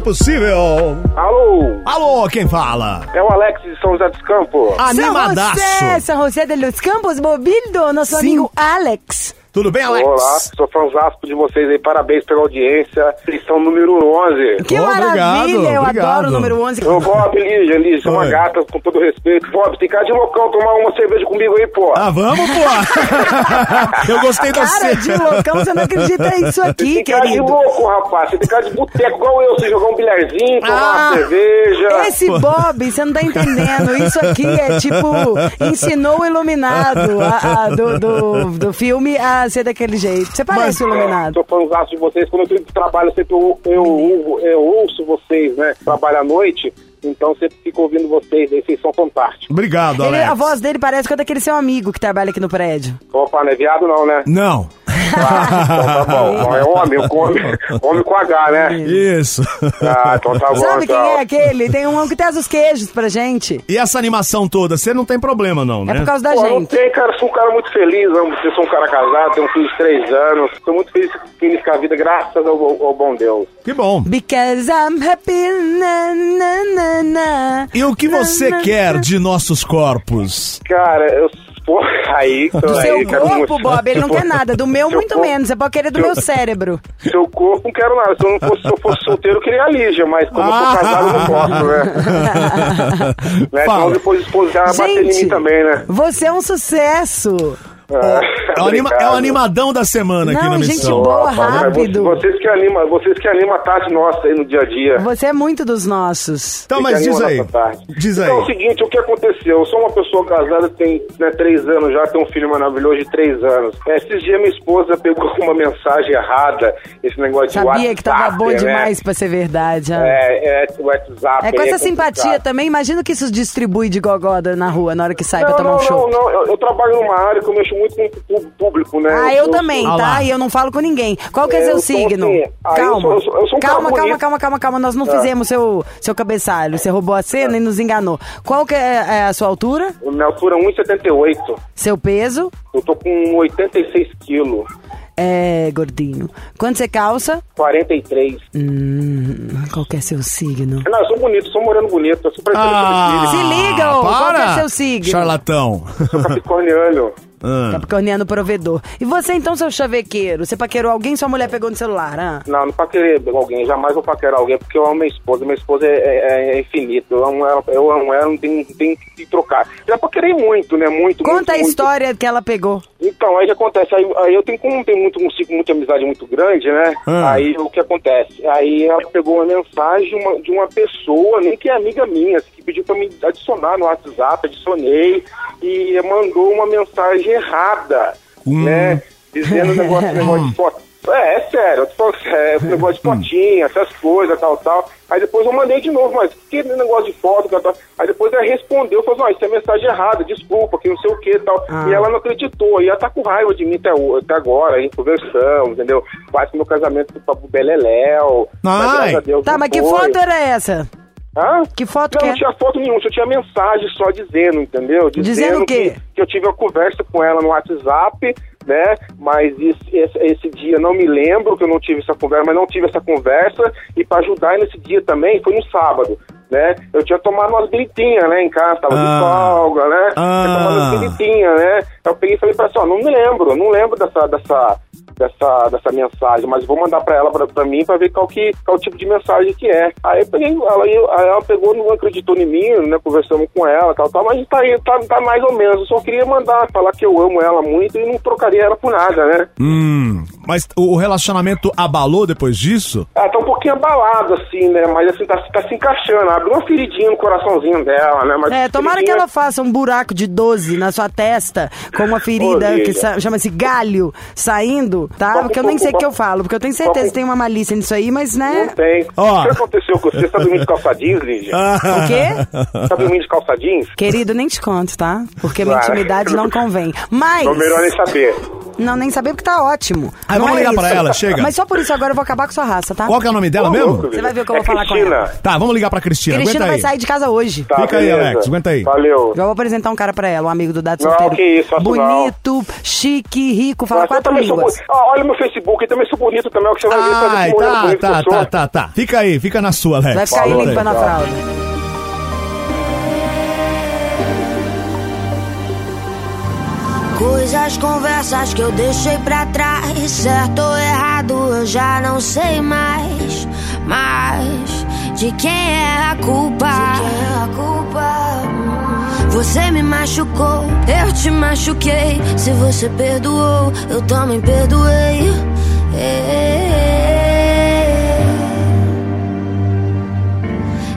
S2: possível.
S9: Alô,
S2: Alô, quem fala?
S9: é o Alex de São José dos Campos.
S2: Tá Animadaço.
S3: São José, São José de los Campos, mobildo, nosso
S2: Sim.
S3: amigo Alex.
S2: Tudo bem, Alex?
S9: Olá, sou fãzasco de vocês aí, parabéns pela audiência. Lição número 11.
S3: Que
S2: Oh,
S3: maravilha,
S2: obrigado,
S3: eu adoro
S2: obrigado.
S3: o número 11.
S9: Ô, Bob, Lígia, Lígia, uma
S2: Oi.
S9: gata, com todo respeito. Bob, tem cara de loucão tomar uma cerveja comigo aí, pô.
S2: Ah, vamos, pô. Eu gostei da
S3: Cara de
S2: cena.
S3: loucão, você não acredita nisso aqui,
S9: tem cara de
S3: querido.
S9: louco, rapaz. Você tem cara de boteco, igual eu. Você jogar um bilharzinho, tomar
S3: Ah,
S9: uma cerveja.
S3: Esse Bob, você não tá entendendo. Isso aqui é tipo, ensinou o iluminado a- a- do, do, do filme a ser daquele jeito. Você parece o
S9: É,
S3: iluminado.
S9: sou fãzaço de vocês. Quando eu tô indo pro trabalho, eu sempre eu, eu, ouvo- eu ouço vocês, né? Trabalho à noite, então sempre fico ouvindo vocês. aí Vocês são fantásticos.
S2: Obrigado,
S3: Ele- é
S2: Alex.
S3: a voz dele parece com a daquele seu amigo que trabalha aqui no prédio.
S9: Opa, não é viado não, né?
S2: Não.
S9: Ah, então tá bom. Bom, É homem, eu come, homem com H, né?
S2: Isso.
S9: Ah, então tá bom.
S3: Sabe quem
S9: então.
S3: é aquele? Tem um que traz os queijos pra gente.
S2: E essa animação toda, você não tem problema, não,
S3: É
S2: né?
S3: por causa da
S9: Pô, não
S3: gente.
S9: tem, cara. Sou um cara muito feliz. Amo você. Sou um cara casado. Tenho um filho de três anos. Sou muito feliz, feliz com a vida, graças ao, ao bom Deus.
S2: Que bom.
S3: Because I'm happy, na, na, na, na.
S2: E o que você quer de nossos corpos?
S9: Cara, eu sou aí. tô
S3: Do
S9: aí,
S3: seu
S9: quero
S3: corpo,
S9: muito.
S3: Bob, ele não quer nada. Do meu,
S9: Seu
S3: muito
S9: corpo-
S3: menos. Você pode querer do meu cérebro.
S9: Seu corpo, não quero nada. Se eu, não fosse, se eu fosse solteiro, eu queria a Lígia, mas como eu
S2: Ah!
S9: sou casado, eu não posso, né? né? Então
S2: Fala.
S9: depois esposa já bater em mim
S3: Gente,
S9: também, né?
S3: você é um sucesso.
S9: Tá
S2: É o, anima- é o animadão da semana aqui
S3: Não,
S2: na
S3: gente
S2: missão.
S3: boa.
S9: Rapaz, mas
S3: rápido.
S9: vocês, vocês que animam, vocês que animam a tarde nossa aí no dia a dia.
S3: Você é muito dos nossos.
S2: Então,
S9: Vocês
S2: mas
S9: que
S2: diz
S9: animam a
S2: aí.
S9: nossa tarde.
S2: Diz
S9: Então é o
S2: aí.
S9: seguinte, o que aconteceu? Eu sou uma pessoa casada, tem né, três anos já, tem um filho maravilhoso de três anos. É, Esses dias minha esposa pegou uma mensagem errada, esse negócio de WhatsApp.
S3: Sabia que tava bom
S9: né?
S3: demais pra ser verdade. ah.
S9: É, é, WhatsApp.
S3: É com
S9: aí
S3: essa simpatia
S9: complicado.
S3: também, imagino que isso distribui de gogoda na rua na hora que sai
S9: Não,
S3: pra tomar
S9: não,
S3: um show.
S9: Não, não, eu, eu trabalho numa área que eu mexo muito com o público, né?
S3: Ah, eu também,
S2: Ah lá.
S3: tá? E eu não falo com ninguém. Qual que é,
S9: É,
S3: seu
S9: eu sou
S3: signo?
S9: assim, ah, eu
S3: calma.
S9: sou- eu sou- eu sou um
S3: calma,
S9: Ah. cara
S3: calma,
S9: bonito.
S3: calma, calma, calma. Nós não fizemos seu, seu cabeçalho. Você roubou a cena e nos enganou. Qual que é, é a sua altura?
S9: Minha altura é 1,78.
S3: Seu peso?
S9: Eu tô com 86 quilos.
S3: É, gordinho. Quanto você calça?
S9: 43.
S3: Hum, qual que é seu signo?
S9: Não, eu sou bonito, sou moreno bonito. Eu sou parecendo
S2: Ah,
S9: ah.
S3: Se liga, ô, qual que é
S2: para,
S3: seu signo?
S2: Charlatão.
S9: Sou capricorniano.
S2: Ah,
S3: Capricorniano provedor. E você, então, seu chavequeiro? Você paquerou alguém sua mulher pegou no celular, ah?
S9: Não, não paquerei alguém, jamais vou paquerar alguém, porque eu amo minha esposa, minha esposa é, é- é infinita, eu amo ela, eu amo ela, não tem, não tem que trocar. Já paquerei muito, né? Muito, muito,
S3: Conta a
S9: muito.
S3: história que ela pegou.
S9: Então, aí o que acontece? Aí, aí eu tenho, como tem muito, um ciclo, muita amizade muito grande, né?
S2: Ah.
S9: Aí o que acontece? Aí ela pegou uma mensagem de uma, de uma pessoa, nem que é amiga minha, assim, que pediu pra me adicionar no WhatsApp, adicionei, e mandou uma mensagem errada, né? Dizendo o negócio, negócio de foto. É, é sério, eu tô falando sério, esse negócio de fotinha, essas coisas, tal, tal. Aí depois eu mandei de novo, mas que negócio de foto, tal, tal. Aí depois ela respondeu, falou, não, isso é mensagem errada, desculpa, que não sei o que, tal. E ela não acreditou, e ela tá com raiva de mim até, o- até agora, aí conversamos, entendeu? Quase que meu casamento foi pra Beleléu. mas
S2: Ai.
S9: graças a Deus
S3: Tá,
S9: não
S3: mas que
S9: foi.
S3: foto era essa?
S9: Hã?
S3: Que foto
S9: Não,
S3: que
S9: não
S3: é?
S9: tinha foto nenhuma, só tinha mensagem só dizendo, entendeu?
S3: Dizendo o quê?
S9: Que, que eu tive uma conversa com ela no WhatsApp, né? Mas esse, esse, esse dia não me lembro que eu não tive essa conversa, mas não tive essa conversa. E pra ajudar nesse dia também, foi no sábado, né? Eu tinha tomado umas gritinhas, né, em casa, tava
S2: Ah.
S9: de folga, né?
S2: Ah.
S9: Tinha tomado umas gritinhas, né? Eu peguei e falei pra ela, assim, ó, não me lembro, não lembro dessa... dessa Dessa, dessa mensagem, mas vou mandar pra ela, pra, pra mim, pra ver qual, que, qual tipo de mensagem que é. Aí eu peguei, ela, aí eu- aí ela pegou, não acreditou em mim, né? Conversamos com ela, tal, tal, mas tá, aí, tá, tá mais ou menos. Eu só queria mandar, falar que eu amo ela muito e não trocaria ela por nada, né?
S2: hum, mas o relacionamento abalou depois disso?
S9: Ela tá um pouquinho abalada, assim, né? Mas assim, tá, tá se encaixando. Abriu uma feridinha no coraçãozinho dela, né? Mas
S3: É, tomara que
S9: feridinha-
S3: ela faça um buraco de 12 na sua testa, com uma ferida
S9: Olívia.
S3: que sa- chama-se galho saindo, tá?
S9: Só
S3: Porque eu
S9: com-
S3: nem sei o
S9: só-
S3: que eu falo, porque eu tenho certeza
S9: só
S3: que tem uma malícia nisso aí, mas né.
S9: Não tem.
S2: Ó.
S9: O que aconteceu com você? Você tá dormindo de calça jeans, Lígia?
S3: Ah, O quê?
S9: Tá dormindo de calça jeans?
S3: Querido, nem te conto, tá? Porque minha
S9: Claro.
S3: intimidade não convém. Mas.
S9: Então melhor nem saber.
S3: Não, nem saber porque tá ótimo.
S2: Ah, Vai, vamos
S3: Não é
S2: ligar pra
S3: isso.
S2: ela, chega.
S3: Mas só por isso agora eu vou acabar com sua raça, tá?
S2: Qual que é o nome dela
S9: Ô,
S2: mesmo?
S9: louco,
S3: Você vai ver o que eu
S9: é
S3: vou falar com
S9: Cristina.
S3: ela.
S2: Tá, vamos ligar pra Cristina,
S3: Cristina
S2: aguenta
S3: vai
S2: aí.
S3: sair de casa hoje.
S9: Tá,
S2: Fica aí,
S9: beleza.
S2: Alex, aguenta aí.
S9: Valeu.
S3: Já vou apresentar um cara pra ela, um amigo do Dado
S9: Não,
S3: Solteiro.
S9: que isso, faço
S3: Bonito, chique, rico, fala
S9: Mas eu
S3: quatro
S9: também sou
S3: línguas.
S9: bonito. Ah, olha meu Facebook, eu também sou bonito também, é o que você vai ver.
S2: Ai,
S9: fazer com
S2: tá,
S9: eu,
S2: tá,
S9: bonito que eu
S2: tá,
S9: sou.
S2: tá, tá. Fica aí, fica na sua, Alex.
S3: Vai ficar aí
S9: Falou,
S3: limpando a
S9: legal.
S3: fralda.
S10: Coisas, conversas que eu deixei pra trás. Certo ou errado, eu já não sei mais. Mas de quem é a culpa? Você me machucou, eu te machuquei. Se você perdoou, eu também perdoei. É. Ei.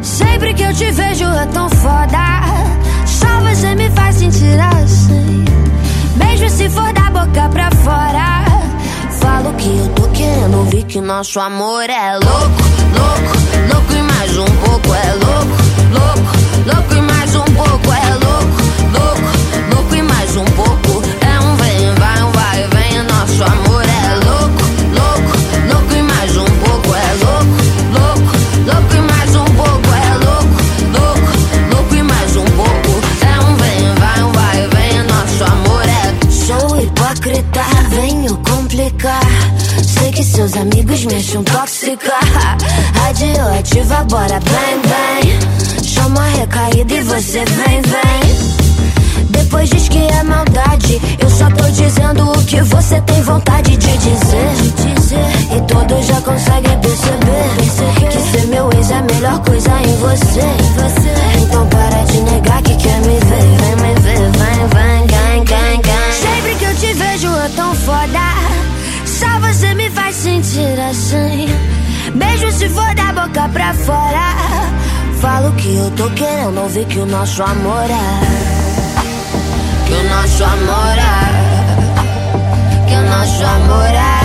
S10: Sempre que eu te vejo é tão foda. Só você me faz sentir assim. Mesmo se for da boca pra fora. Falo que eu tô querendo ouvir que nosso amor é louco, louco, louco e mais um pouco é louco, louco, louco e mais um pouco é louco, louco, louco e mais um pouco é um vem, vai, um vai, vem. Nosso amor é louco, louco, louco e mais um pouco é louco, louco, louco e mais um pouco é louco, louco, louco e mais um pouco é um vem, vai, um vai, vem. Nosso amor é sou hipócrita, venho complicar. Sei que seus amigos me acham tóxica. Radioativa, bora bem, bem. Chama a recaída e você vem, vem. Depois diz que é maldade. Eu só tô dizendo o que você tem vontade de dizer. E todos já conseguem perceber que ser meu ex é a melhor coisa em você. Então para de negar que quer me ver. Vem me ver, vem, vem, gang, gang, gang. Sempre que eu te vejo é tão foda. Só você me faz sentir assim. Mesmo se for da boca pra fora. Falo que eu tô querendo ouvir que o nosso amor é. Que o nosso amor é. Que o nosso amor é.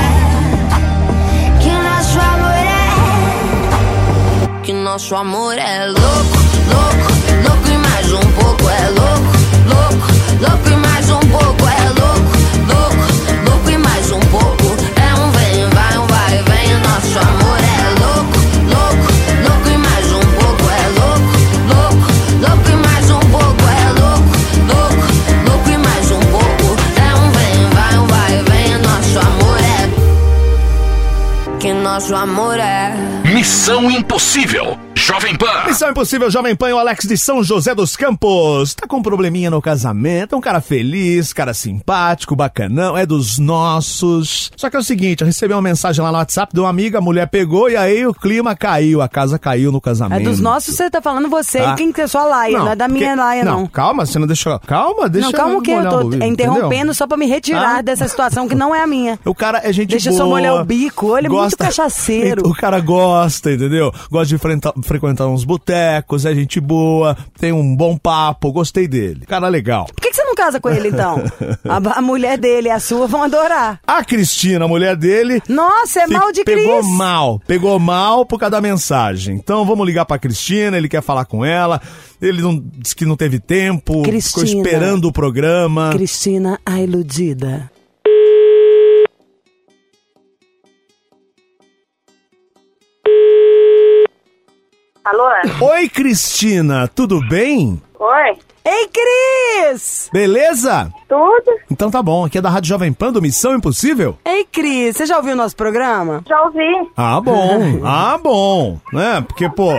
S10: Que o nosso amor é que nosso amor é louco, louco, louco e mais um pouco é louco, louco, louco e mais um pouco é louco, louco, louco e mais um pouco é um vem, vai, um vai, vem. Nosso amor é louco, louco, louco e mais um pouco é louco, louco, louco e mais um pouco é louco, louco, louco e mais um pouco é um vem, vai, um vai, vem. Nosso amor é que nosso amor é
S1: Missão Impossível. Jovem Pan.
S2: Missão Impossível, Jovem Pan, o Alex de São José dos Campos. Tá com um probleminha no casamento, é um cara feliz, cara simpático, bacanão, é dos nossos. Só que é o seguinte, eu recebi uma mensagem lá no WhatsApp de uma amiga, a mulher pegou e aí o clima caiu, a casa caiu no casamento.
S3: É dos nossos, você tá falando você
S2: Tá.
S3: e quem que é sua laia, não, é da minha
S2: porque-
S3: laia, não.
S2: calma, você não deixou... Calma, deixa
S3: Não, calma
S2: eu
S3: o quê? Eu
S2: molhar
S3: tô
S2: o ouvido,
S3: interrompendo
S2: entendeu?
S3: só pra me retirar
S2: Ah.
S3: dessa situação que não é a minha.
S2: O cara é gente
S3: Deixa eu
S2: boa.
S3: só molhar o bico, ele é muito cachaceiro.
S2: O cara gosta, entendeu? Gosta de frenta- frequentar uns botecos, é gente boa, tem um bom papo, gostei dele. Cara legal.
S3: Por que, que você não casa com ele, então? A, ba- a mulher dele e a sua vão adorar.
S2: A Cristina, a mulher dele...
S3: Nossa, é
S2: se
S3: mal de
S2: Pegou
S3: Cris.
S2: mal, pegou mal por causa da mensagem. Então vamos ligar pra Cristina, ele quer falar com ela. Ele não, disse que não teve tempo,
S3: Cristina.
S2: ficou esperando o programa.
S3: Cristina, a iludida.
S6: Alô?
S2: Oi, Cristina, tudo bem?
S6: Oi?
S3: Ei, Cris!
S2: Beleza?
S6: Tudo?
S2: Então tá bom, aqui é da Rádio Jovem Pan do Missão Impossível?
S3: Ei, Cris, você já ouviu o nosso programa?
S6: Já ouvi.
S2: Ah, bom, ah, bom, né? Porque, pô,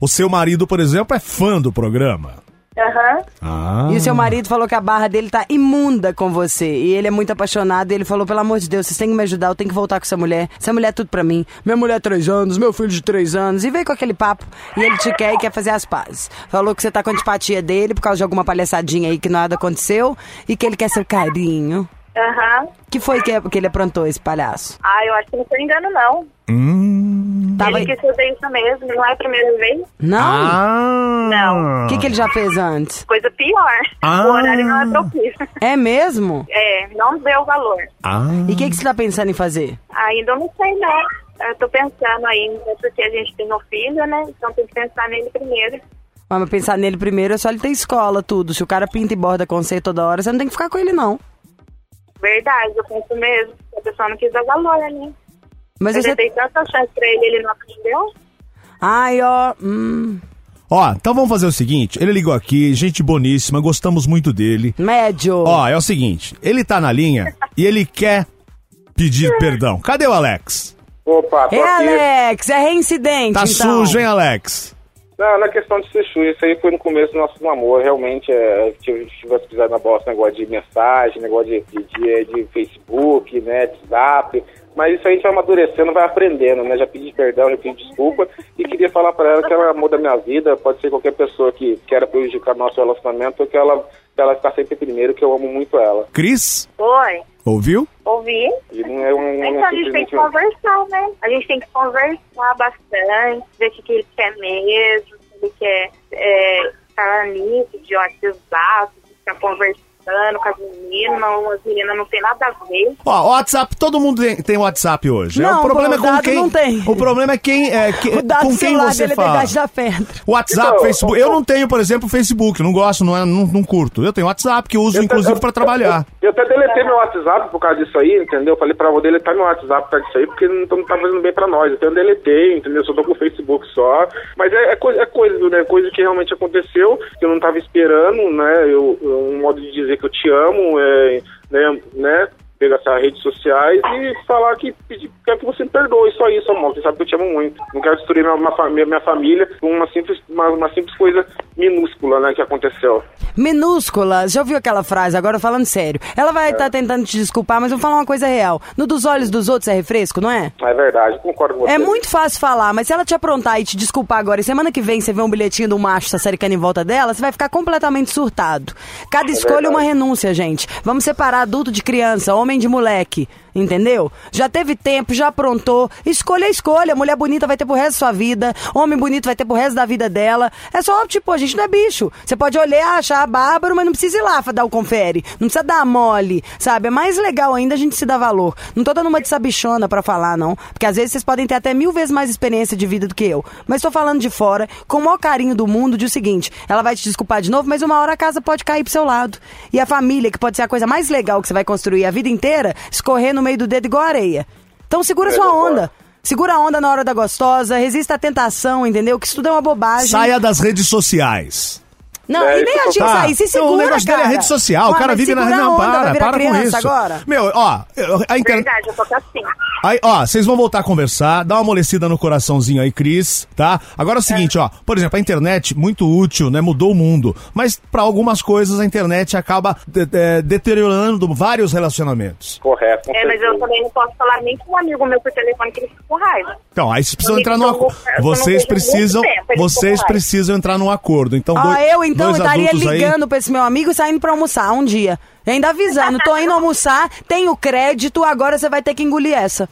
S2: o seu marido, por exemplo, é fã do programa.
S6: Aham.
S2: Ah.
S3: E o seu marido falou que a barra dele tá imunda com você. E ele é muito apaixonado. E ele falou: pelo amor de Deus, vocês têm que me ajudar. Eu tenho que voltar com essa mulher. Essa mulher é tudo pra mim. Minha mulher é três anos, meu filho de três anos. E veio com aquele papo. E ele te quer e quer fazer as pazes. Falou que você tá com antipatia dele por causa de alguma palhaçadinha aí que nada aconteceu. E que ele quer seu carinho.
S6: Aham.
S3: Que foi que, que ele aprontou esse palhaço?
S6: Ah, eu acho que não foi engano, não.
S3: Hum. Tava.
S6: Ele quis fazer isso mesmo, não é a primeira vez.
S3: Não?
S2: Hum.
S6: Não.
S3: O que, que ele já fez antes?
S6: Coisa pior.
S2: Ah.
S6: O horário não é propício.
S3: É mesmo?
S6: É, não deu valor.
S2: Ah.
S3: E o que, que você tá pensando em fazer?
S6: Ainda eu não sei, não. Eu tô pensando ainda, porque a gente tem um filho, né? Então tem que pensar nele primeiro.
S3: Mas pensar nele primeiro é só ele ter escola, tudo. Se o cara pinta e borda conceito toda hora, você não tem que ficar com ele, não.
S6: Verdade, eu penso mesmo. A pessoa não quis dar valor a mim.
S3: Mas
S6: eu
S3: eu já.
S6: já dei tanta chance pra ele, ele não aprendeu.
S3: Ai, ó. hum,
S2: Ó, então vamos fazer o seguinte: ele ligou aqui, gente boníssima, gostamos muito dele.
S3: médio.
S2: Ó, é o seguinte: ele tá na linha e ele quer pedir perdão. Cadê o Alex?
S9: Opa, tô
S3: é,
S9: aqui.
S3: Alex, é reincidente.
S2: Tá
S3: então.
S2: sujo, hein, Alex?
S9: Não, na questão de Sichu, isso aí foi no começo do nosso namoro. Realmente, é, tive- tivesse pisado na bosta negócio de mensagem, negócio de, de, de- de Facebook, né, WhatsApp. Mas isso aí a gente vai amadurecendo, vai aprendendo, né? Já pedi perdão, já pedi desculpa. E queria falar pra ela que ela muda a minha vida. Pode ser qualquer pessoa que queira prejudicar nosso relacionamento, que ela, que ela está sempre primeiro, que eu amo muito ela.
S2: Cris,
S6: Oi,
S2: ouviu?
S6: ouvi.
S9: E não é um.
S6: Então a gente tem que conversar, né? A gente tem que conversar bastante, ver o que, que ele quer mesmo, se ele quer é, ficar nisso, de WhatsApp, ficar conversando com as meninas, não, as meninas não tem nada a ver.
S2: Ó, WhatsApp, todo mundo tem, tem WhatsApp hoje. É,
S3: Não,
S2: o problema é
S3: o
S2: com
S3: dado
S2: quem.
S3: não tem.
S2: O problema é quem é que-
S3: O dado
S2: com quem
S3: celular
S2: você
S3: dele é da
S2: fala.
S3: idade da pedra.
S2: WhatsApp,
S9: Então,
S2: Facebook. Eu não tenho, por exemplo, Facebook. Não gosto, não, é- não, não curto. Eu tenho WhatsApp que eu uso, inclusive, pra trabalhar.
S9: Eu até deletei meu WhatsApp por causa disso aí, entendeu? Falei pra vou deletar meu WhatsApp por causa disso aí, porque não, tá- não tá fazendo bem pra nós. Então eu deletei, entendeu? Só tô com o Facebook só. Mas é, é coisa, é coisa, né? Coisa que realmente aconteceu, que eu não tava esperando, né? Eu, eu- um modo de dizer que eu te amo, é, né? né? Pegar essas redes sociais e falar que pedir, quero que você me perdoe, só isso, amor. Você sabe que eu te amo muito. Não quero destruir minha, minha, fa- minha- minha família com uma simples, uma, uma simples coisa minúscula, né? Que aconteceu.
S3: Minúscula, já ouviu aquela frase, agora falando sério. Ela vai estar tentando te desculpar, mas eu vou falar uma coisa real. No dos olhos dos outros é refresco, não é?
S9: É verdade, concordo com você.
S3: É muito fácil falar, mas se ela te aprontar e te desculpar agora, e semana que vem você vê um bilhetinho do macho sassaricando em volta dela, você vai ficar completamente surtado. Cada escolha é uma renúncia, gente. Vamos separar adulto de criança, homem de moleque, entendeu? Já teve tempo, já aprontou. Escolha é escolha. Mulher bonita vai ter pro resto da sua vida, homem bonito vai ter pro resto da vida dela. É só, tipo, a gente não é bicho. Você pode olhar, achar bárbaro, mas não precisa ir lá dar o confere. Não precisa dar mole, sabe? É mais legal ainda a gente se dar valor. Não tô dando uma de sabichona pra falar, não. Porque às vezes vocês podem ter até mil vezes mais experiência de vida do que eu. Mas tô falando de fora, com o maior carinho do mundo, de o seguinte: ela vai te desculpar de novo, mas uma hora a casa pode cair pro seu lado. E a família, que pode ser a coisa mais legal que você vai construir a vida inteira, escorrer no meio do dedo igual areia. Então segura sua onda. Segura a onda na hora da gostosa, resista à tentação, entendeu? Que isso tudo é uma bobagem.
S2: Saia das redes sociais.
S3: Não,
S9: É,
S3: e nem
S9: isso
S3: a
S9: que
S3: tia
S2: Tá.
S3: sair, se
S2: Então,
S3: segura,
S2: o negócio
S3: cara.
S2: dele é rede social. o
S3: Ah,
S2: cara
S3: mas
S2: vive na
S3: segura
S2: rede.
S3: a
S2: Não,
S3: onda, vai
S2: para,
S3: virar
S2: para com
S3: criança
S2: isso.
S3: agora.
S2: Meu, ó, eu- a internet.
S6: Verdade, eu tô assim.
S2: Aí, ó, vocês vão voltar a conversar, dá uma amolecida no coraçãozinho aí, Cris, tá? Agora é o seguinte, ó, por exemplo, a internet, muito útil, né? Mudou o mundo. Mas pra algumas coisas a internet acaba de- eh, deteriorando vários relacionamentos.
S9: Correto. com
S6: É, mas eu
S9: certeza.
S6: também não posso falar nem com um amigo meu por telefone que ele fica com raiva.
S2: Então, aí vocês precisam
S6: Eu
S2: entrar
S6: não-
S2: numa.
S6: eu não
S2: Vocês
S6: vejo
S2: precisam.
S6: muito tempo, ele
S2: Vocês
S6: ficou com
S2: precisam entrar num acordo. Então,
S3: Ó,
S2: dois,
S3: eu então
S2: dois
S3: estaria
S2: adultos aí-
S3: ligando pra esse meu amigo e saindo pra almoçar um dia. Ainda avisando, tô indo almoçar, tenho crédito, agora você vai ter que engolir essa.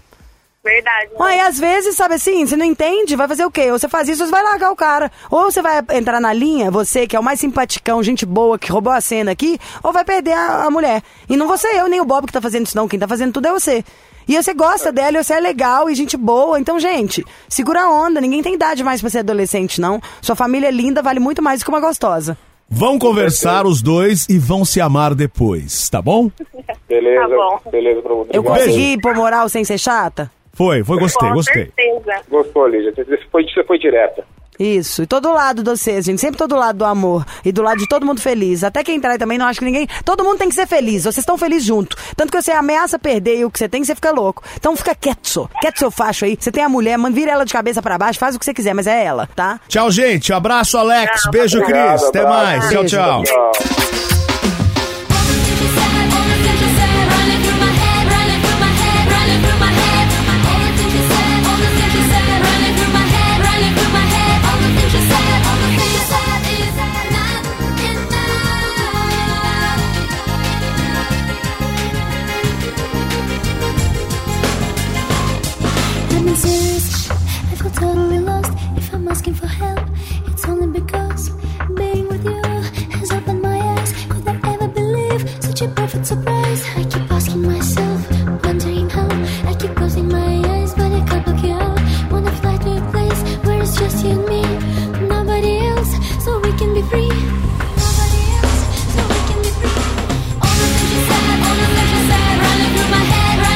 S6: Verdade. né?
S2: Ah,
S3: Ó,
S2: é,
S3: e às vezes, sabe assim, você não entende, vai fazer o quê? Ou você faz isso, ou você vai largar o cara. Ou você vai entrar na linha, você que é o mais simpaticão, gente boa, que roubou a cena aqui, ou vai perder a, a mulher. E não você, eu, nem o Bob que tá fazendo isso, não. Quem tá fazendo tudo é você. E você gosta dela, e você é legal e gente boa. Então, gente, segura a onda. Ninguém tem idade mais pra ser adolescente, não. Sua família é linda, vale muito mais do que uma gostosa.
S2: Vão conversar os dois e vão se amar depois, tá bom?
S9: Beleza,
S6: Tá bom.
S9: beleza pra você.
S3: Eu
S2: Beijo.
S3: consegui pôr moral sem ser chata?
S2: Foi, foi, gostei,
S6: com
S2: gostei.
S6: certeza.
S9: Gostou, Lígia? Você foi, você foi direta.
S3: Isso, e todo lado de vocês, gente. Sempre todo lado do amor. E do lado de todo mundo feliz. Até quem trai também, não acho que ninguém. Todo mundo tem que ser feliz. Vocês estão felizes junto. Tanto que você ameaça perder e o que você tem, você fica louco. Então fica quieto, só. Quieto seu facho aí. Você tem a mulher, mano, vira ela de cabeça pra baixo, faz o que você quiser, mas é ela, tá?
S2: Tchau, gente. Abraço, Alex.
S6: Tchau,
S2: Beijo,
S9: obrigado,
S2: Cris. Até
S9: abraço.
S2: mais. Tchau,
S3: Beijo.
S2: tchau.
S9: Tchau.
S5: I'm serious. I feel totally lost. If I'm asking for help, it's only because being with you has opened my eyes. Could I ever believe such a perfect surprise? I keep asking myself, wondering how. I keep closing my eyes, but I can't look you out. Wanna fly to a place where it's just you and me, nobody else, so we can be free. Nobody else, so we can be free. All the things you said, all the things you said.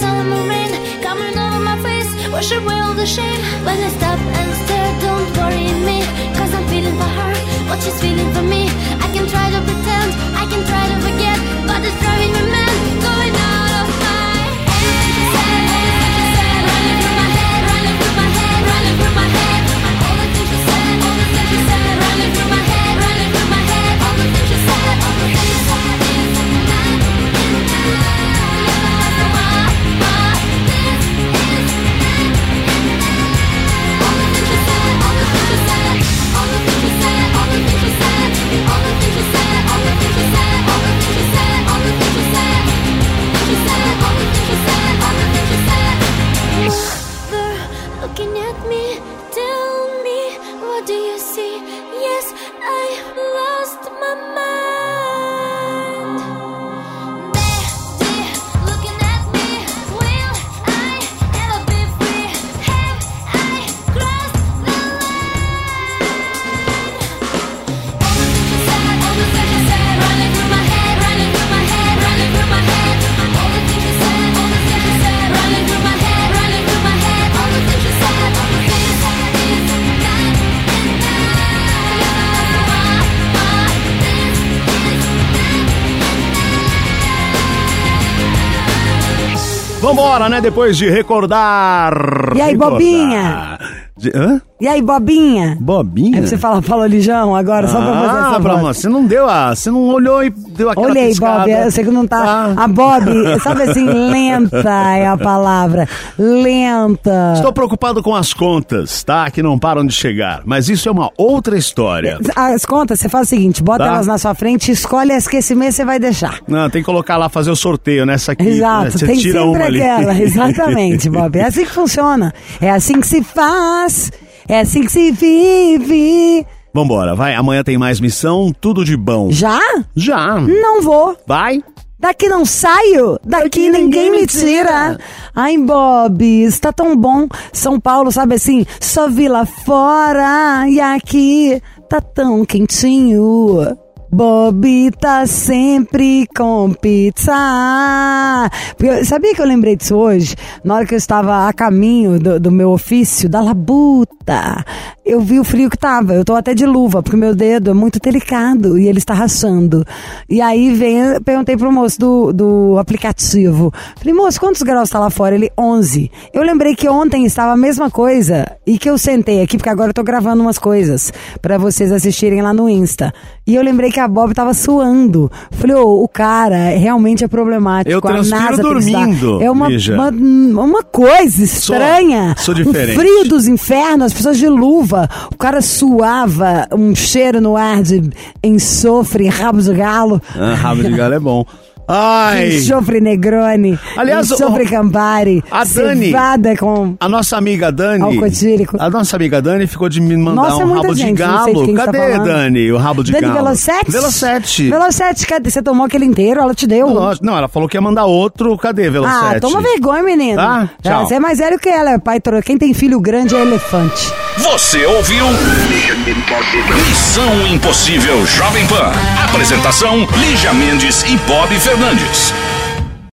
S5: solid movement coming over my face. Wash away all the shame. When I stop and stare, don't worry me. Cause I'm feeling for her, what she's feeling for me. I can try to pretend, I can try to forget, but it's driving me mad. Going out of my head. Running through my head, running through my head, running through my head. All the things she said, all the things she said, running through my head, running through my head. All the things she said, all the things she said. Looking at me, tell me, what do you see? Yes, I lost my mind. There, looking at me, will I ever be free? Have I crossed the
S2: Vambora, né? Depois de recordar.
S3: E aí,
S2: recordar.
S3: Bobinha?
S2: De- hã?
S3: E aí, Bobinha?
S2: Bobinha?
S3: Aí você fala, falou Lijão agora, só pra fazer
S2: ah,
S3: essa
S2: pra
S3: voz.
S2: você não deu a. Você não olhou e deu aquela
S3: Olhei,
S2: piscada.
S3: Bob, eu sei que não tá.
S2: tá Ah.
S3: A Bob, sabe assim, lenta é a palavra. Lenta.
S2: Estou preocupado com as contas, tá? Que não param de chegar. Mas isso é uma outra história.
S3: As contas, você faz o seguinte: bota
S2: Tá.
S3: elas na sua frente, escolhe as que esse mês você vai deixar.
S2: Não, tem que colocar lá, fazer o sorteio nessa aqui. né?
S3: Exato,
S2: Você
S3: tem
S2: tira
S3: sempre
S2: uma ali.
S3: aquela. Exatamente, Bob. É assim que funciona. É assim que se faz. É assim que se vive.
S2: Vambora, vai. Amanhã tem mais missão, tudo de bom.
S3: Já?
S2: Já.
S3: Não vou.
S2: Vai.
S3: Daqui não saio, daqui ninguém me tira. Ai, Bob, está tão bom. São Paulo, sabe assim, só vi lá fora e aqui tá tão quentinho. Bob tá sempre com pizza. Porque eu- sabia que eu lembrei disso hoje? Na hora que eu estava a caminho do, do meu ofício, da labuta, eu vi o frio que tava. Eu tô até de luva, porque meu dedo é muito delicado e ele está rachando. E aí vem, perguntei pro moço do, do aplicativo. Falei, moço, quantos graus tá lá fora? Ele, 11. Eu lembrei que ontem estava a mesma coisa e que eu sentei aqui, porque agora eu tô gravando umas coisas pra vocês assistirem lá no Insta. E eu lembrei que a Bob tava suando. Falei, ô, o cara realmente é problemático.
S2: Eu
S3: A
S2: transpiro
S3: NASA tem que estudar.
S2: dormindo,
S3: É uma,
S2: Lígia.
S3: uma, uma coisa estranha.
S2: sou diferente.
S3: Um frio dos infernos, as pessoas de luva. O cara suava um cheiro no ar de enxofre, rabo de galo.
S2: Ah, rabo de galo é bom. Ai.
S3: Enxofre Negroni,
S2: Aliás, o-
S3: enxofre Campari,
S2: a Dani-
S3: cevada com...
S2: A nossa amiga Dani.
S3: Alcotílico.
S2: A nossa amiga Dani ficou de me mandar
S3: Nossa, é
S2: um
S3: muita
S2: rabo de
S3: gente, não sei de
S2: galo.
S3: quem que
S2: cadê,
S3: tá falando.
S2: Dani, o rabo de
S3: Dani
S2: galo?
S3: Velocete?
S2: Velocete.
S3: Velocete, cadê? Você tomou aquele inteiro, ela te deu. um?
S2: Não, Não, ela falou que ia mandar outro. Cadê, Velocete?
S3: Ah, toma vergonha, menino.
S2: Tá? Tchau.
S3: Você é mais velho que ela, pai. tro- Quem tem filho grande é elefante.
S1: Você ouviu? Missão Impossível Jovem Pan. Apresentação: Lígia Mendes e Bob Fernandes.